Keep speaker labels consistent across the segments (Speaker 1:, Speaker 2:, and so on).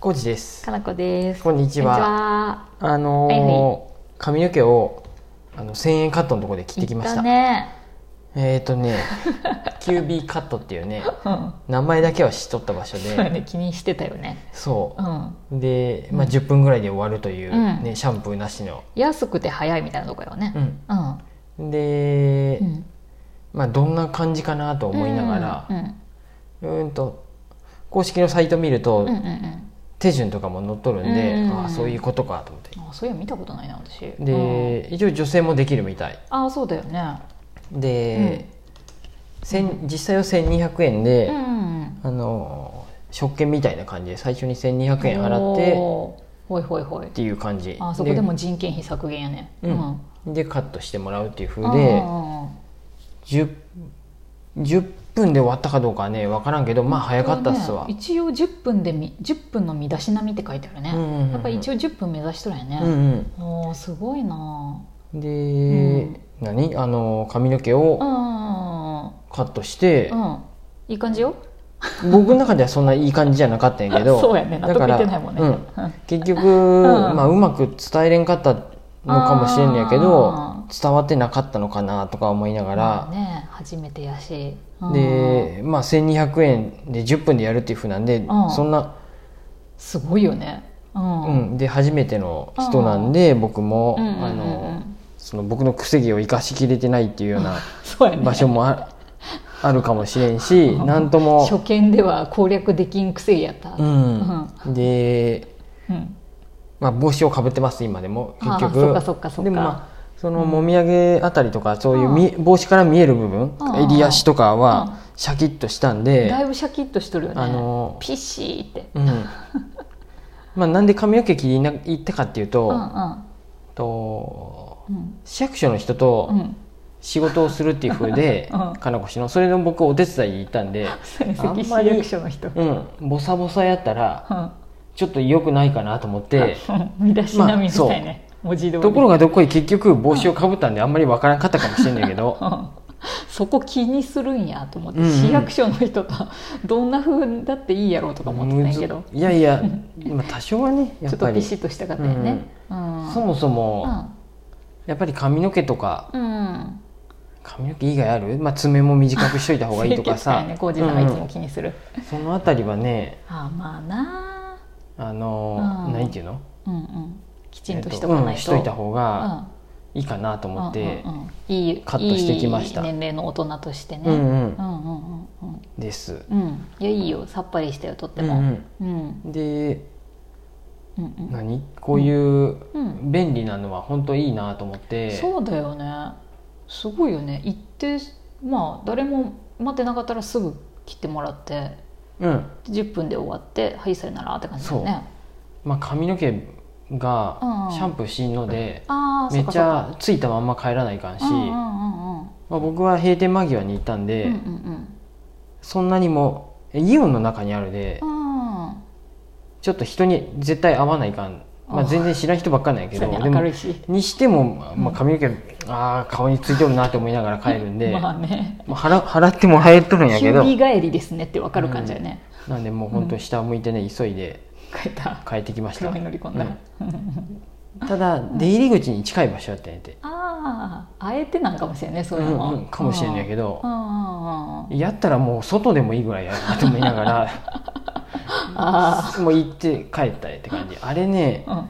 Speaker 1: コージです
Speaker 2: かなこです。
Speaker 1: こんにちは
Speaker 2: こんにちは。
Speaker 1: あのー
Speaker 2: は
Speaker 1: 髪の毛をあの1000円カットのところで切ってきました
Speaker 2: 行ったね。
Speaker 1: えっ、ー、と ねキュービーカットっていうね
Speaker 2: うん。
Speaker 1: 名前だけは知っとった場所
Speaker 2: そうや
Speaker 1: で
Speaker 2: ね。気にしてたよね。。
Speaker 1: そううんで、まあ、10分ぐらいで終わるという、
Speaker 2: うん
Speaker 1: ねシャンプーなしの、
Speaker 2: 安くて早いみたいなとこよね。うん。
Speaker 1: うん、で、
Speaker 2: うん。
Speaker 1: まあ、どんな感じかなと思いながら
Speaker 2: う、ん。うん
Speaker 1: うーん、と公式のサイト見ると、
Speaker 2: うんうん
Speaker 1: 手順とかも載っとるんで、
Speaker 2: うん
Speaker 1: ああそういうことかと思って
Speaker 2: うん。あ、そういや見たことないな私。うん。
Speaker 1: で、一応女性もできるみたい
Speaker 2: あ、そうだよね。
Speaker 1: で、千実際は1200円で、
Speaker 2: うん。
Speaker 1: あの食券みたいな感じで最初に1200円払って
Speaker 2: おー。ほいほいほい
Speaker 1: っ。ていう感じ
Speaker 2: あ、そこでも人件費削減やね。
Speaker 1: で,、うんでカットしてもらうっていう風
Speaker 2: うん
Speaker 1: で
Speaker 2: うんうん
Speaker 1: 10, 10分で終わったかどうかはね分からんけどまあ早かったっすわ、
Speaker 2: これね一応10分でみ10分の身だしなみって書いてあるね、
Speaker 1: うんうんうんうん
Speaker 2: やっぱ一応10分目指しとるんやね、
Speaker 1: うん
Speaker 2: おーすごいな
Speaker 1: うん、で、何あの髪の毛を
Speaker 2: あ
Speaker 1: カットして
Speaker 2: うん、うん、いい感じよ
Speaker 1: 僕の中ではそんないい感じじゃなかったんやけど
Speaker 2: そうやね納得いってないもんね、
Speaker 1: だからうん結局、まあ、うまく伝えれんかったのかもしれんのやけど
Speaker 2: あ
Speaker 1: 伝わってなかったのかなとか思いなが
Speaker 2: まあ
Speaker 1: ら、
Speaker 2: ね初めてやし、うん
Speaker 1: で、まあ、1200円で10分でやるっていうふうなんで、
Speaker 2: うん
Speaker 1: そんな、
Speaker 2: すごいよねうん
Speaker 1: う
Speaker 2: うん
Speaker 1: ん、で初めての人なんで、僕も、
Speaker 2: うんうん
Speaker 1: あ
Speaker 2: う
Speaker 1: の
Speaker 2: ん
Speaker 1: その僕の癖毛を生かしきれてないっていうような
Speaker 2: そうやね
Speaker 1: 場所もああるかもしれんしなんとも、
Speaker 2: 初見では攻略できんくせやった
Speaker 1: う
Speaker 2: うん
Speaker 1: ん、で
Speaker 2: うん
Speaker 1: まあ、帽子をかぶってます今でも
Speaker 2: あ
Speaker 1: 結
Speaker 2: ー
Speaker 1: 局
Speaker 2: そっかそっかそっか
Speaker 1: でも、まあ、そのもみあげあたりとかそういうみ、帽子から見える部分
Speaker 2: うん
Speaker 1: 襟足とか
Speaker 2: うん
Speaker 1: はシャキッとしたんで、
Speaker 2: だいぶシャキッとしとるよね、
Speaker 1: あの
Speaker 2: ピシーって
Speaker 1: うん まあ、なんで髪の毛切りな行ったかっていうと,、
Speaker 2: うんうん
Speaker 1: と
Speaker 2: うん
Speaker 1: 市役所の人と
Speaker 2: うん
Speaker 1: 仕事をするっていう風で、
Speaker 2: うん
Speaker 1: かなこしのそれの僕お手伝いに行ったんで、
Speaker 2: 関市役所の人
Speaker 1: うん、ボサボサやったら
Speaker 2: うん
Speaker 1: ちょっと良くないかなと思って。
Speaker 2: 身だしなみみたいね、文字通り
Speaker 1: ところがどっこい結局帽子をかぶったんであんまりわからんかったかもしれないけど
Speaker 2: うんそこ気にするんやと思って、
Speaker 1: うんうん
Speaker 2: 市役所の人がどんな風だっていいやろうとか思ってたんやけど
Speaker 1: むずいやいやまあ多少はねや
Speaker 2: ちょ
Speaker 1: っ
Speaker 2: っと
Speaker 1: ぱ
Speaker 2: ピ
Speaker 1: りそ
Speaker 2: シッとしたかったよねうん
Speaker 1: もそもやっぱり髪の毛とか
Speaker 2: うんうん
Speaker 1: 髪の毛以外ある、まあ、爪も短くしといた方がいいとか
Speaker 2: 清潔
Speaker 1: さ
Speaker 2: 感やね浩二さんがいつ
Speaker 1: うんう
Speaker 2: も
Speaker 1: ん
Speaker 2: 気にする、
Speaker 1: そのあたりはね
Speaker 2: あまあな
Speaker 1: あの
Speaker 2: うん
Speaker 1: 何ていうの
Speaker 2: あうんうんきちんとし
Speaker 1: えっ
Speaker 2: とか
Speaker 1: う
Speaker 2: ないと、
Speaker 1: んしといた方
Speaker 2: う
Speaker 1: が
Speaker 2: ん
Speaker 1: いいかなと思って、
Speaker 2: うんうんうんいい
Speaker 1: カットしてきました
Speaker 2: いい年齢の大人としてね、
Speaker 1: うんうん
Speaker 2: うんうんうん
Speaker 1: です、
Speaker 2: うんうんいやいいよさっぱりしたよとって
Speaker 1: うん
Speaker 2: も、
Speaker 1: う
Speaker 2: うん
Speaker 1: ん、で
Speaker 2: うんうん
Speaker 1: 何こういう
Speaker 2: うん
Speaker 1: 便利なのは本当いいなと思って、
Speaker 2: そうだよねすごいよね行ってまあ誰も待ってなかったらすぐ切ってもらって
Speaker 1: うん
Speaker 2: 10分で終わって「はいさよなら」って感じだよね
Speaker 1: まあ、髪の毛が
Speaker 2: うん
Speaker 1: シャンプーしんので、
Speaker 2: ああ
Speaker 1: めっ
Speaker 2: そっか
Speaker 1: ち
Speaker 2: そっか
Speaker 1: ゃついたまんま帰らないかんし、
Speaker 2: うんうんうんうん
Speaker 1: まあ、僕は閉店間際に行ったんで、
Speaker 2: うんうん
Speaker 1: そんなにもえイオンの中にあるで、
Speaker 2: うんうん
Speaker 1: ちょっと人に絶対会わないかん、まあ、
Speaker 2: あ
Speaker 1: 全然知らん人ばっかなんやけ
Speaker 2: そ
Speaker 1: ど
Speaker 2: うや
Speaker 1: で
Speaker 2: ね明る
Speaker 1: も
Speaker 2: いし
Speaker 1: にしても、まあ、髪の毛、ああ顔についてるなって思いながら帰るんで、
Speaker 2: ま
Speaker 1: ま
Speaker 2: あね
Speaker 1: あ、払払ってもらえとるんやけ
Speaker 2: 休
Speaker 1: ど
Speaker 2: 日帰りですねって分かる感じだよね
Speaker 1: なんでもう本当下向いてね急いで
Speaker 2: 帰った
Speaker 1: 帰ってきました
Speaker 2: 車に乗り込んだ
Speaker 1: うんただ出入り口に近い場所やったんやて、
Speaker 2: あああえてなんかもしれないそう
Speaker 1: う
Speaker 2: いうんの
Speaker 1: うん、かもしれないけ
Speaker 2: ど
Speaker 1: ど
Speaker 2: う、んうんうんうん
Speaker 1: やったらもう外でもいいぐらいやなと思いながら。
Speaker 2: あ
Speaker 1: もう行って帰ったりって感じあれね
Speaker 2: あうん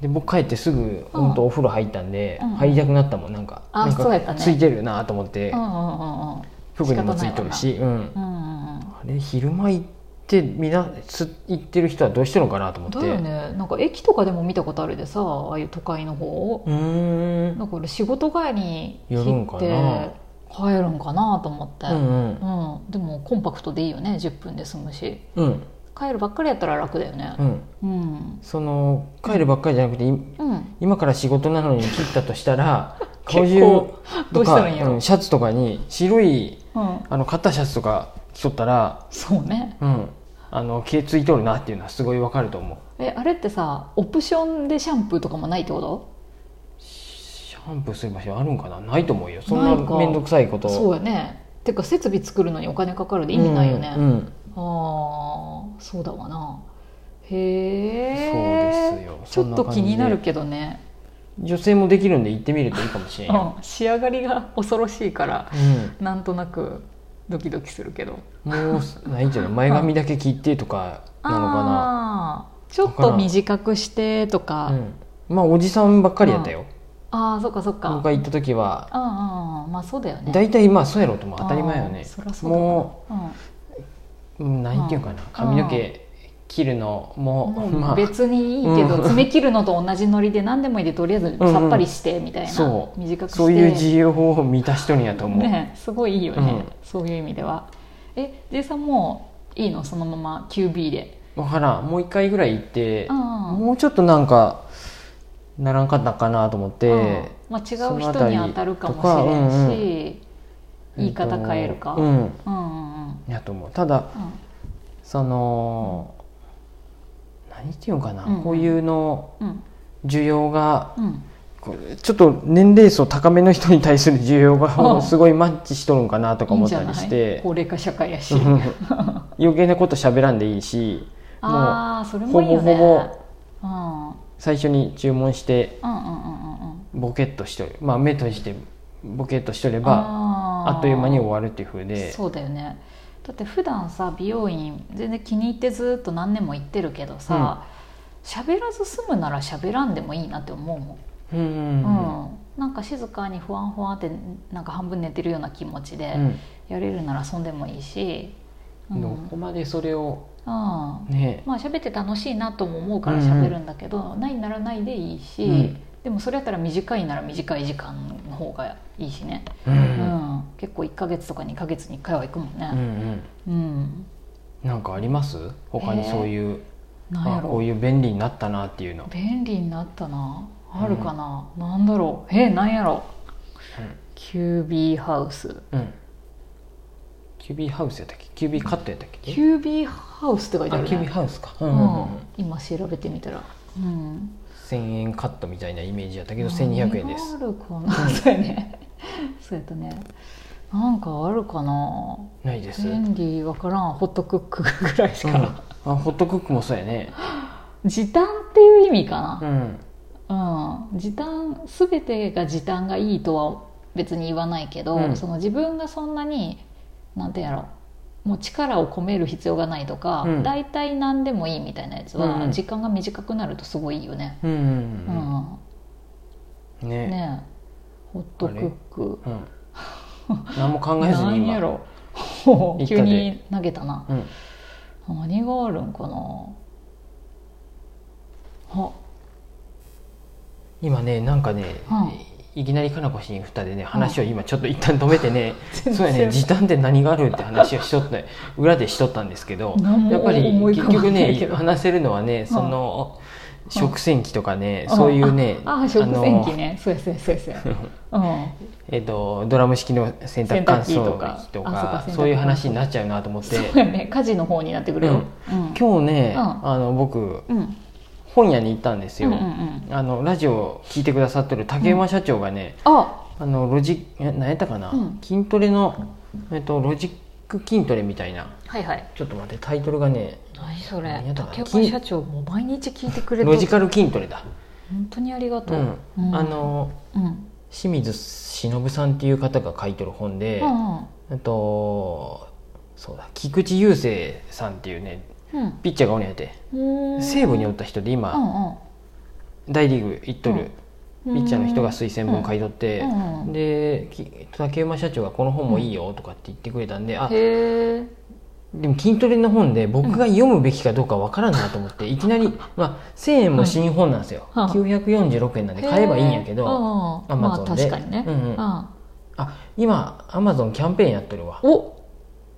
Speaker 1: で僕帰ってすぐ本当お風呂入ったんで、
Speaker 2: うん
Speaker 1: 入りたくなったもんなんかな
Speaker 2: あ
Speaker 1: んか
Speaker 2: そうやったね
Speaker 1: ついてるなと思って、
Speaker 2: うんうんうんうん
Speaker 1: 服にもついてるし、うん、
Speaker 2: うんうんうん
Speaker 1: あれ昼間行ってみんなす行ってる人はどうしてるのかなと思って
Speaker 2: だよねなんか駅とかでも見たことあるでさああいう都会の方を
Speaker 1: うーん
Speaker 2: だから仕事帰りに切
Speaker 1: 寄るんかな
Speaker 2: って帰るんかなと思って、
Speaker 1: う
Speaker 2: うん
Speaker 1: ん
Speaker 2: でもコンパクトでいいよね10分で済むし
Speaker 1: うんうん
Speaker 2: 帰るばっかりやったら楽だよね
Speaker 1: うん
Speaker 2: うん
Speaker 1: その帰るばっかりじゃなくてい
Speaker 2: うん
Speaker 1: 今から仕事なのに切ったとしたら顔中
Speaker 2: 結構ど
Speaker 1: と
Speaker 2: うした
Speaker 1: から
Speaker 2: いいんやろ
Speaker 1: うんシャツとかに白い
Speaker 2: うん
Speaker 1: あの買ったシャツとか着とったら
Speaker 2: そうね
Speaker 1: うん、あの毛ついとるなっていうのはすごいわかると思う
Speaker 2: えあれってさオプションでシャンプーとかもないってこと
Speaker 1: シャンプーする場所あるんかなないと思うよそんな
Speaker 2: ないか
Speaker 1: 面倒くさいこと
Speaker 2: そうやねてか設備作るのにお金かかるで意味ないよね、
Speaker 1: うん
Speaker 2: ああそうだわなへえ
Speaker 1: そうですよ
Speaker 2: ち
Speaker 1: そん
Speaker 2: ょっ
Speaker 1: な
Speaker 2: と
Speaker 1: 感
Speaker 2: 気
Speaker 1: じで
Speaker 2: になるけどね、
Speaker 1: 女性もできるんで行ってみるといいかもしれんよ、
Speaker 2: うん、仕上がりが恐ろしいから
Speaker 1: うん
Speaker 2: なんとなくドキドキするけど
Speaker 1: もうないんじゃない前髪だけ切ってとかなのかな
Speaker 2: あーちょっと短くしてとか、
Speaker 1: うん、まあおじさんばっかりやったよ
Speaker 2: ああそっかそっか
Speaker 1: 僕が行った時は
Speaker 2: ああああまあそうだよね
Speaker 1: 大体まあそうやろうとも当たり前よ
Speaker 2: あ
Speaker 1: ね
Speaker 2: ーそりゃそうだな
Speaker 1: も
Speaker 2: うんも
Speaker 1: ううんなんていうかな髪の毛切るのも
Speaker 2: う
Speaker 1: まあ
Speaker 2: 別にいいけど、
Speaker 1: うん
Speaker 2: 爪切るのと同じノリで何でもいいでとりあえずさっぱりしてみたいな、
Speaker 1: そう
Speaker 2: 短くして
Speaker 1: そういう需要を満たしとるんやと思う、
Speaker 2: ねすごいいいよね、
Speaker 1: うん
Speaker 2: そういう意味ではえ J さんもういいのそのまま QB で
Speaker 1: わからんもう一回ぐらい行って
Speaker 2: あ
Speaker 1: もうちょっとなんかならんかったかなと思っ
Speaker 2: う
Speaker 1: て、
Speaker 2: んまあ、違う人に当たるか
Speaker 1: そのあたりと
Speaker 2: もしれんし、
Speaker 1: かうんうん
Speaker 2: 言い方変えるか、
Speaker 1: う
Speaker 2: うん
Speaker 1: ん
Speaker 2: うんうん
Speaker 1: やと思うただ
Speaker 2: うん
Speaker 1: その、何て言うんかな、
Speaker 2: うんうん
Speaker 1: こういうの
Speaker 2: うん
Speaker 1: 需要が
Speaker 2: うん
Speaker 1: こうちょっと年齢層高めの人に対する需要
Speaker 2: う
Speaker 1: が
Speaker 2: ん
Speaker 1: すごいマッチしとるんかなとか
Speaker 2: いいん
Speaker 1: 思っ
Speaker 2: じゃ
Speaker 1: た
Speaker 2: な
Speaker 1: りし
Speaker 2: い
Speaker 1: て
Speaker 2: 高齢化社会やし
Speaker 1: うん余計なこと喋らんでいいしもう
Speaker 2: ああそれもいいよね
Speaker 1: ほぼほ
Speaker 2: うん、うん
Speaker 1: 最初に注文して
Speaker 2: うんうんうんうん
Speaker 1: ボケっとしとる、まあ、目閉じてボケっとしとれば
Speaker 2: あ
Speaker 1: あ
Speaker 2: ー
Speaker 1: っという間に終わるっていう風で
Speaker 2: そうだよねだって普段さ美容院全然気に入ってずっと何年も行ってるけどさ喋、らず済むなら喋らんでもいいなって思うも
Speaker 1: う
Speaker 2: ん、
Speaker 1: ん
Speaker 2: うんなんか静かにふわんふわんってなんか半分寝てるような気持ちで
Speaker 1: うんうん
Speaker 2: やれるならそんでもいいし、うん
Speaker 1: どこまでそれを
Speaker 2: うん
Speaker 1: ね
Speaker 2: まあ喋って楽しいなとも思うから喋るんだけど、ないならないでいいし、
Speaker 1: うん
Speaker 2: でもそれやったら短いなら短い時間の方がいいしね、
Speaker 1: う
Speaker 2: うん
Speaker 1: ん
Speaker 2: 結構1ヶ月とか2ヶ月に1回は行くもん
Speaker 1: うんう
Speaker 2: ね
Speaker 1: ん
Speaker 2: うん、
Speaker 1: なんかあります他にそういう、
Speaker 2: なんや
Speaker 1: あこ
Speaker 2: ろ
Speaker 1: ういう便利になったなっていうの、
Speaker 2: 便利になったなあるかな、なんだろうえなんやろキュービーハウス
Speaker 1: うんうん、キュービーハウスやったっけキュービーカットやったっけ
Speaker 2: キュービーハウスって書いてあ
Speaker 1: あ
Speaker 2: る、ね、
Speaker 1: キュービーハウスか、うん
Speaker 2: う
Speaker 1: うんんうん、
Speaker 2: 今調べてみたらうん
Speaker 1: 1000円カットみたいなイメージやったけど1200円です
Speaker 2: 何があるかなそうやねそうやったねなんかあるかな
Speaker 1: ないです、うん、
Speaker 2: 便利わからんホットクックぐらいし
Speaker 1: あ
Speaker 2: か、
Speaker 1: ホットクックもそうやね
Speaker 2: 時短っていう意味か
Speaker 1: うん
Speaker 2: なうん時短全てが時短がいいとは別に言わないけど、
Speaker 1: うん
Speaker 2: その自分がそんなになんてやろうもう力を込める必要がないとか、
Speaker 1: うん
Speaker 2: 大体何でもいいみたいなやつ
Speaker 1: うんう
Speaker 2: は
Speaker 1: ん
Speaker 2: 時間が短くなるとすごいいいよね、
Speaker 1: うん
Speaker 2: う
Speaker 1: うん
Speaker 2: ん
Speaker 1: うんね
Speaker 2: ねホットクック
Speaker 1: うん、何も考えずに
Speaker 2: 何
Speaker 1: 今
Speaker 2: やろほう
Speaker 1: 行
Speaker 2: 急
Speaker 1: ったで
Speaker 2: に投げたな
Speaker 1: うん、
Speaker 2: 何があるんかなあ
Speaker 1: 今ねなんかね、いきなりかなこしに二でね話を今ちょっと一旦止めてね、
Speaker 2: 全然
Speaker 1: そうやね時短って何があるって話をしとった裏でしとったんですけど
Speaker 2: 何も
Speaker 1: やっぱり
Speaker 2: 思い浮
Speaker 1: 結
Speaker 2: かば
Speaker 1: 局
Speaker 2: ないけ
Speaker 1: ね
Speaker 2: ど
Speaker 1: 話せるのはねその
Speaker 2: ん
Speaker 1: 食洗機とかねそういうね
Speaker 2: ああ食洗機ねそうやそうやそうやそうや うん
Speaker 1: えっとドラム式の洗濯乾
Speaker 2: 洗濯機と
Speaker 1: 燥
Speaker 2: か
Speaker 1: 機と
Speaker 2: あ
Speaker 1: か
Speaker 2: そうか
Speaker 1: そういう話になっちゃうなと思って
Speaker 2: そうやね家事の方になってくるようん
Speaker 1: 今日ね
Speaker 2: うん
Speaker 1: あの僕
Speaker 2: うんうん
Speaker 1: 本屋に行ったんです
Speaker 2: うんう
Speaker 1: よ
Speaker 2: ん
Speaker 1: あのラジオを聞いてくださってる竹山社長がね
Speaker 2: あ
Speaker 1: あのロジえ何やったかな、
Speaker 2: うん
Speaker 1: 筋トレの、えっと、ロジック筋トレみたいな
Speaker 2: はいはい
Speaker 1: ちょっと待ってタイトルがね
Speaker 2: 何それ
Speaker 1: 何やったか
Speaker 2: 竹
Speaker 1: な
Speaker 2: 岡社長もう毎日聞いてくれて
Speaker 1: ロジ
Speaker 2: 本
Speaker 1: カル筋トレだ、
Speaker 2: 当にありが
Speaker 1: う
Speaker 2: と
Speaker 1: ん
Speaker 2: ううん
Speaker 1: あの
Speaker 2: うん
Speaker 1: 清水忍さんっていう方が書いてる本で、
Speaker 2: うん
Speaker 1: えっとそうだ菊池雄星さんっていうね
Speaker 2: うん
Speaker 1: ピッチャーがおにやって
Speaker 2: うん
Speaker 1: 西武におった人で
Speaker 2: う
Speaker 1: 今、
Speaker 2: ん
Speaker 1: 大リーグ行っとる、
Speaker 2: うん
Speaker 1: ピッチャーの人が推薦文買い取って、
Speaker 2: うんうん
Speaker 1: でき竹山社長が「この本もいいよ」とかって言ってくれたんで、あ
Speaker 2: へえ
Speaker 1: でも筋トレの本で僕が読むべきかどうかわからんなと思って、いきなり、まあ、1000円も新本なんですよ、
Speaker 2: うん
Speaker 1: 946円なんで買えばいいんやけ
Speaker 2: へー
Speaker 1: ど、
Speaker 2: うんまあ
Speaker 1: Amazon で
Speaker 2: 確かにね
Speaker 1: うんうん
Speaker 2: あ
Speaker 1: あ今アマゾンキャンペーンやってるわ
Speaker 2: お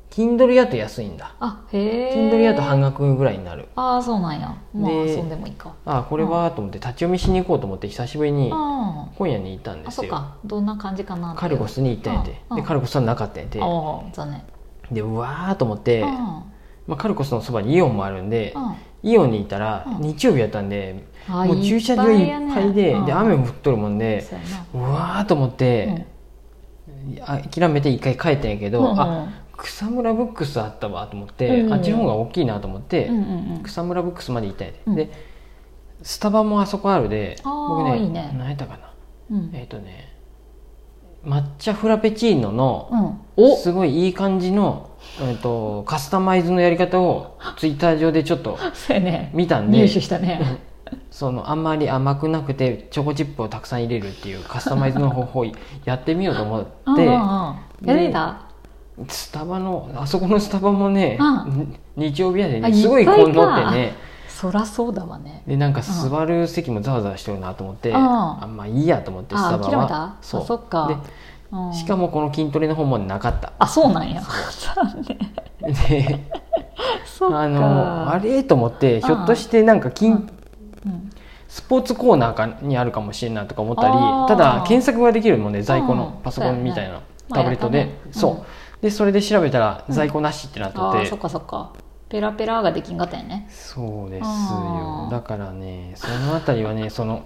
Speaker 1: Kindle やと安いんだ
Speaker 2: あへえ
Speaker 1: Kindle やと半額ぐらいになる
Speaker 2: ああそうなんやまあ
Speaker 1: で
Speaker 2: 遊んでもいいか
Speaker 1: あこれはと思って立ち読みしに行こうと思って久しぶりに
Speaker 2: あ
Speaker 1: 本屋に行ったんで
Speaker 2: あ
Speaker 1: す
Speaker 2: そっ
Speaker 1: よ
Speaker 2: かどんな感じかなって
Speaker 1: カルゴスに行ったんやて
Speaker 2: うん
Speaker 1: でカルゴスはなかったんやて
Speaker 2: ああ残念
Speaker 1: でうわーと思って、
Speaker 2: あ
Speaker 1: まあ、カルコスのそばにイオンもあるんで
Speaker 2: あ
Speaker 1: イオンにいたら
Speaker 2: うん
Speaker 1: 日曜日やったんで
Speaker 2: ああ
Speaker 1: もう駐車場いっぱいで
Speaker 2: やね
Speaker 1: で雨も降っとるもんで
Speaker 2: そうやな
Speaker 1: うわーと思って、諦めて一回帰ったんやけど、
Speaker 2: うんうん
Speaker 1: あ草むらブックスあったわと思って、
Speaker 2: うん
Speaker 1: あっちの方が大きいなと思って、
Speaker 2: うんうん
Speaker 1: 草むらブックスまで行ったんやで、
Speaker 2: うん
Speaker 1: でスタバもあそこあるで
Speaker 2: あー
Speaker 1: 僕ね
Speaker 2: いいね
Speaker 1: 何やったかな
Speaker 2: うんうん
Speaker 1: えっ、とね抹茶フラペチーノの
Speaker 2: うん
Speaker 1: おすごいいい感じの、えっとカスタマイズのやり方をツイッター上でちょっと
Speaker 2: そうやね
Speaker 1: 見たん
Speaker 2: 入
Speaker 1: で
Speaker 2: 手したね
Speaker 1: そのあんまり甘くなくてチョコチップをたくさん入れるっていうカスタマイズの方法やってみようと思
Speaker 2: うん
Speaker 1: っ
Speaker 2: うんうん
Speaker 1: て
Speaker 2: やれた
Speaker 1: スタバのあそこのスタバもね
Speaker 2: あ
Speaker 1: 日曜日やで
Speaker 2: あ
Speaker 1: ねすごい
Speaker 2: いっぱい
Speaker 1: 混んどってね
Speaker 2: そらそうだわね
Speaker 1: でなんか座る席もざわざわしてるなと思って
Speaker 2: ああ
Speaker 1: あんまいいやと思ってス
Speaker 2: あ
Speaker 1: タ
Speaker 2: ー
Speaker 1: バ
Speaker 2: 諦めた
Speaker 1: は
Speaker 2: あそっかうん
Speaker 1: でしかもこの筋トレの方もなかった
Speaker 2: あそうな んや残念
Speaker 1: で
Speaker 2: そっか
Speaker 1: あのあれと思ってひょっとしてなんか筋
Speaker 2: うんうん
Speaker 1: スポーツコーナーかにあるかもしれんなとか思ったり
Speaker 2: あー
Speaker 1: ただ検索ができるもんね在庫
Speaker 2: う
Speaker 1: の
Speaker 2: ん
Speaker 1: パソコンみたいな、
Speaker 2: そうやね
Speaker 1: タブレットで、
Speaker 2: まあやったねう
Speaker 1: そ
Speaker 2: ん
Speaker 1: うでそれで調べたら
Speaker 2: うん
Speaker 1: 在庫なしってなっ
Speaker 2: あ
Speaker 1: て
Speaker 2: ー
Speaker 1: て、
Speaker 2: そっかそっかペラペラができんかったよね
Speaker 1: そうです
Speaker 2: あ
Speaker 1: よ
Speaker 2: ー
Speaker 1: だからねそのあたりはねその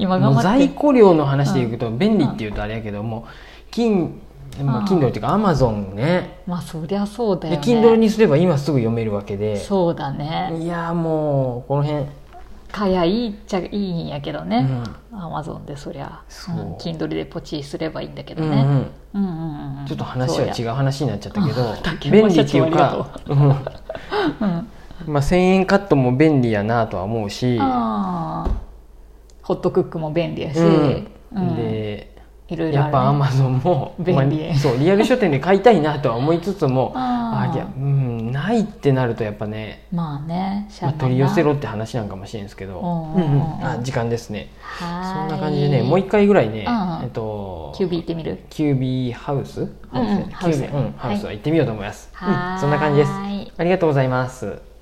Speaker 2: 今
Speaker 1: も
Speaker 2: 頑
Speaker 1: う
Speaker 2: 張っ
Speaker 1: 在
Speaker 2: て
Speaker 1: 庫量の話でいくと便利っていうとあれやけども金まあ、
Speaker 2: うん
Speaker 1: Kindle っていうか Amazon ね
Speaker 2: まあそりゃそうだ
Speaker 1: で
Speaker 2: よね
Speaker 1: Kindle にすれば今すぐ読めるわけで
Speaker 2: そうだね
Speaker 1: いやーもうこの辺
Speaker 2: かやいいっちゃいいんやけど
Speaker 1: う
Speaker 2: ね
Speaker 1: ん
Speaker 2: アマゾンでそりゃ
Speaker 1: そう
Speaker 2: うん Kindle でポチすればいいんだけ
Speaker 1: う
Speaker 2: ど
Speaker 1: ん
Speaker 2: ね
Speaker 1: うん
Speaker 2: うんうんうん
Speaker 1: ちょっと話は違う話になっちゃったけど
Speaker 2: 竹
Speaker 1: 便
Speaker 2: 山
Speaker 1: 利
Speaker 2: 社
Speaker 1: ってい
Speaker 2: 長
Speaker 1: うか、うん
Speaker 2: そうやうん
Speaker 1: まあ、1000円カットも便利やなとは思うし、
Speaker 2: ああホットクックも便利やし、
Speaker 1: うん
Speaker 2: うん
Speaker 1: で
Speaker 2: いろいろ
Speaker 1: やっぱ
Speaker 2: あ
Speaker 1: ア
Speaker 2: るね
Speaker 1: マゾンも、
Speaker 2: 便利
Speaker 1: まあそうリアル書店で買いたいなとは思いつつも
Speaker 2: あー
Speaker 1: あいや、うん、ないってなるとやっぱね、
Speaker 2: まあねし
Speaker 1: まあ、
Speaker 2: ないな
Speaker 1: 取り寄せろって話なんかもしれんですけど、
Speaker 2: うん
Speaker 1: うんうん
Speaker 2: うん
Speaker 1: あ時間ですねそ
Speaker 2: はー
Speaker 1: ん
Speaker 2: い
Speaker 1: な感じでねもう一回ぐらいね、
Speaker 2: うん
Speaker 1: えっと
Speaker 2: キュービー行ってみる
Speaker 1: キュービーハウス
Speaker 2: うんうん
Speaker 1: ハウス,、
Speaker 2: ハウス
Speaker 1: うん、ハウスは行ってみようと思います、
Speaker 2: はーい
Speaker 1: うん、そんな感じですありがとうございます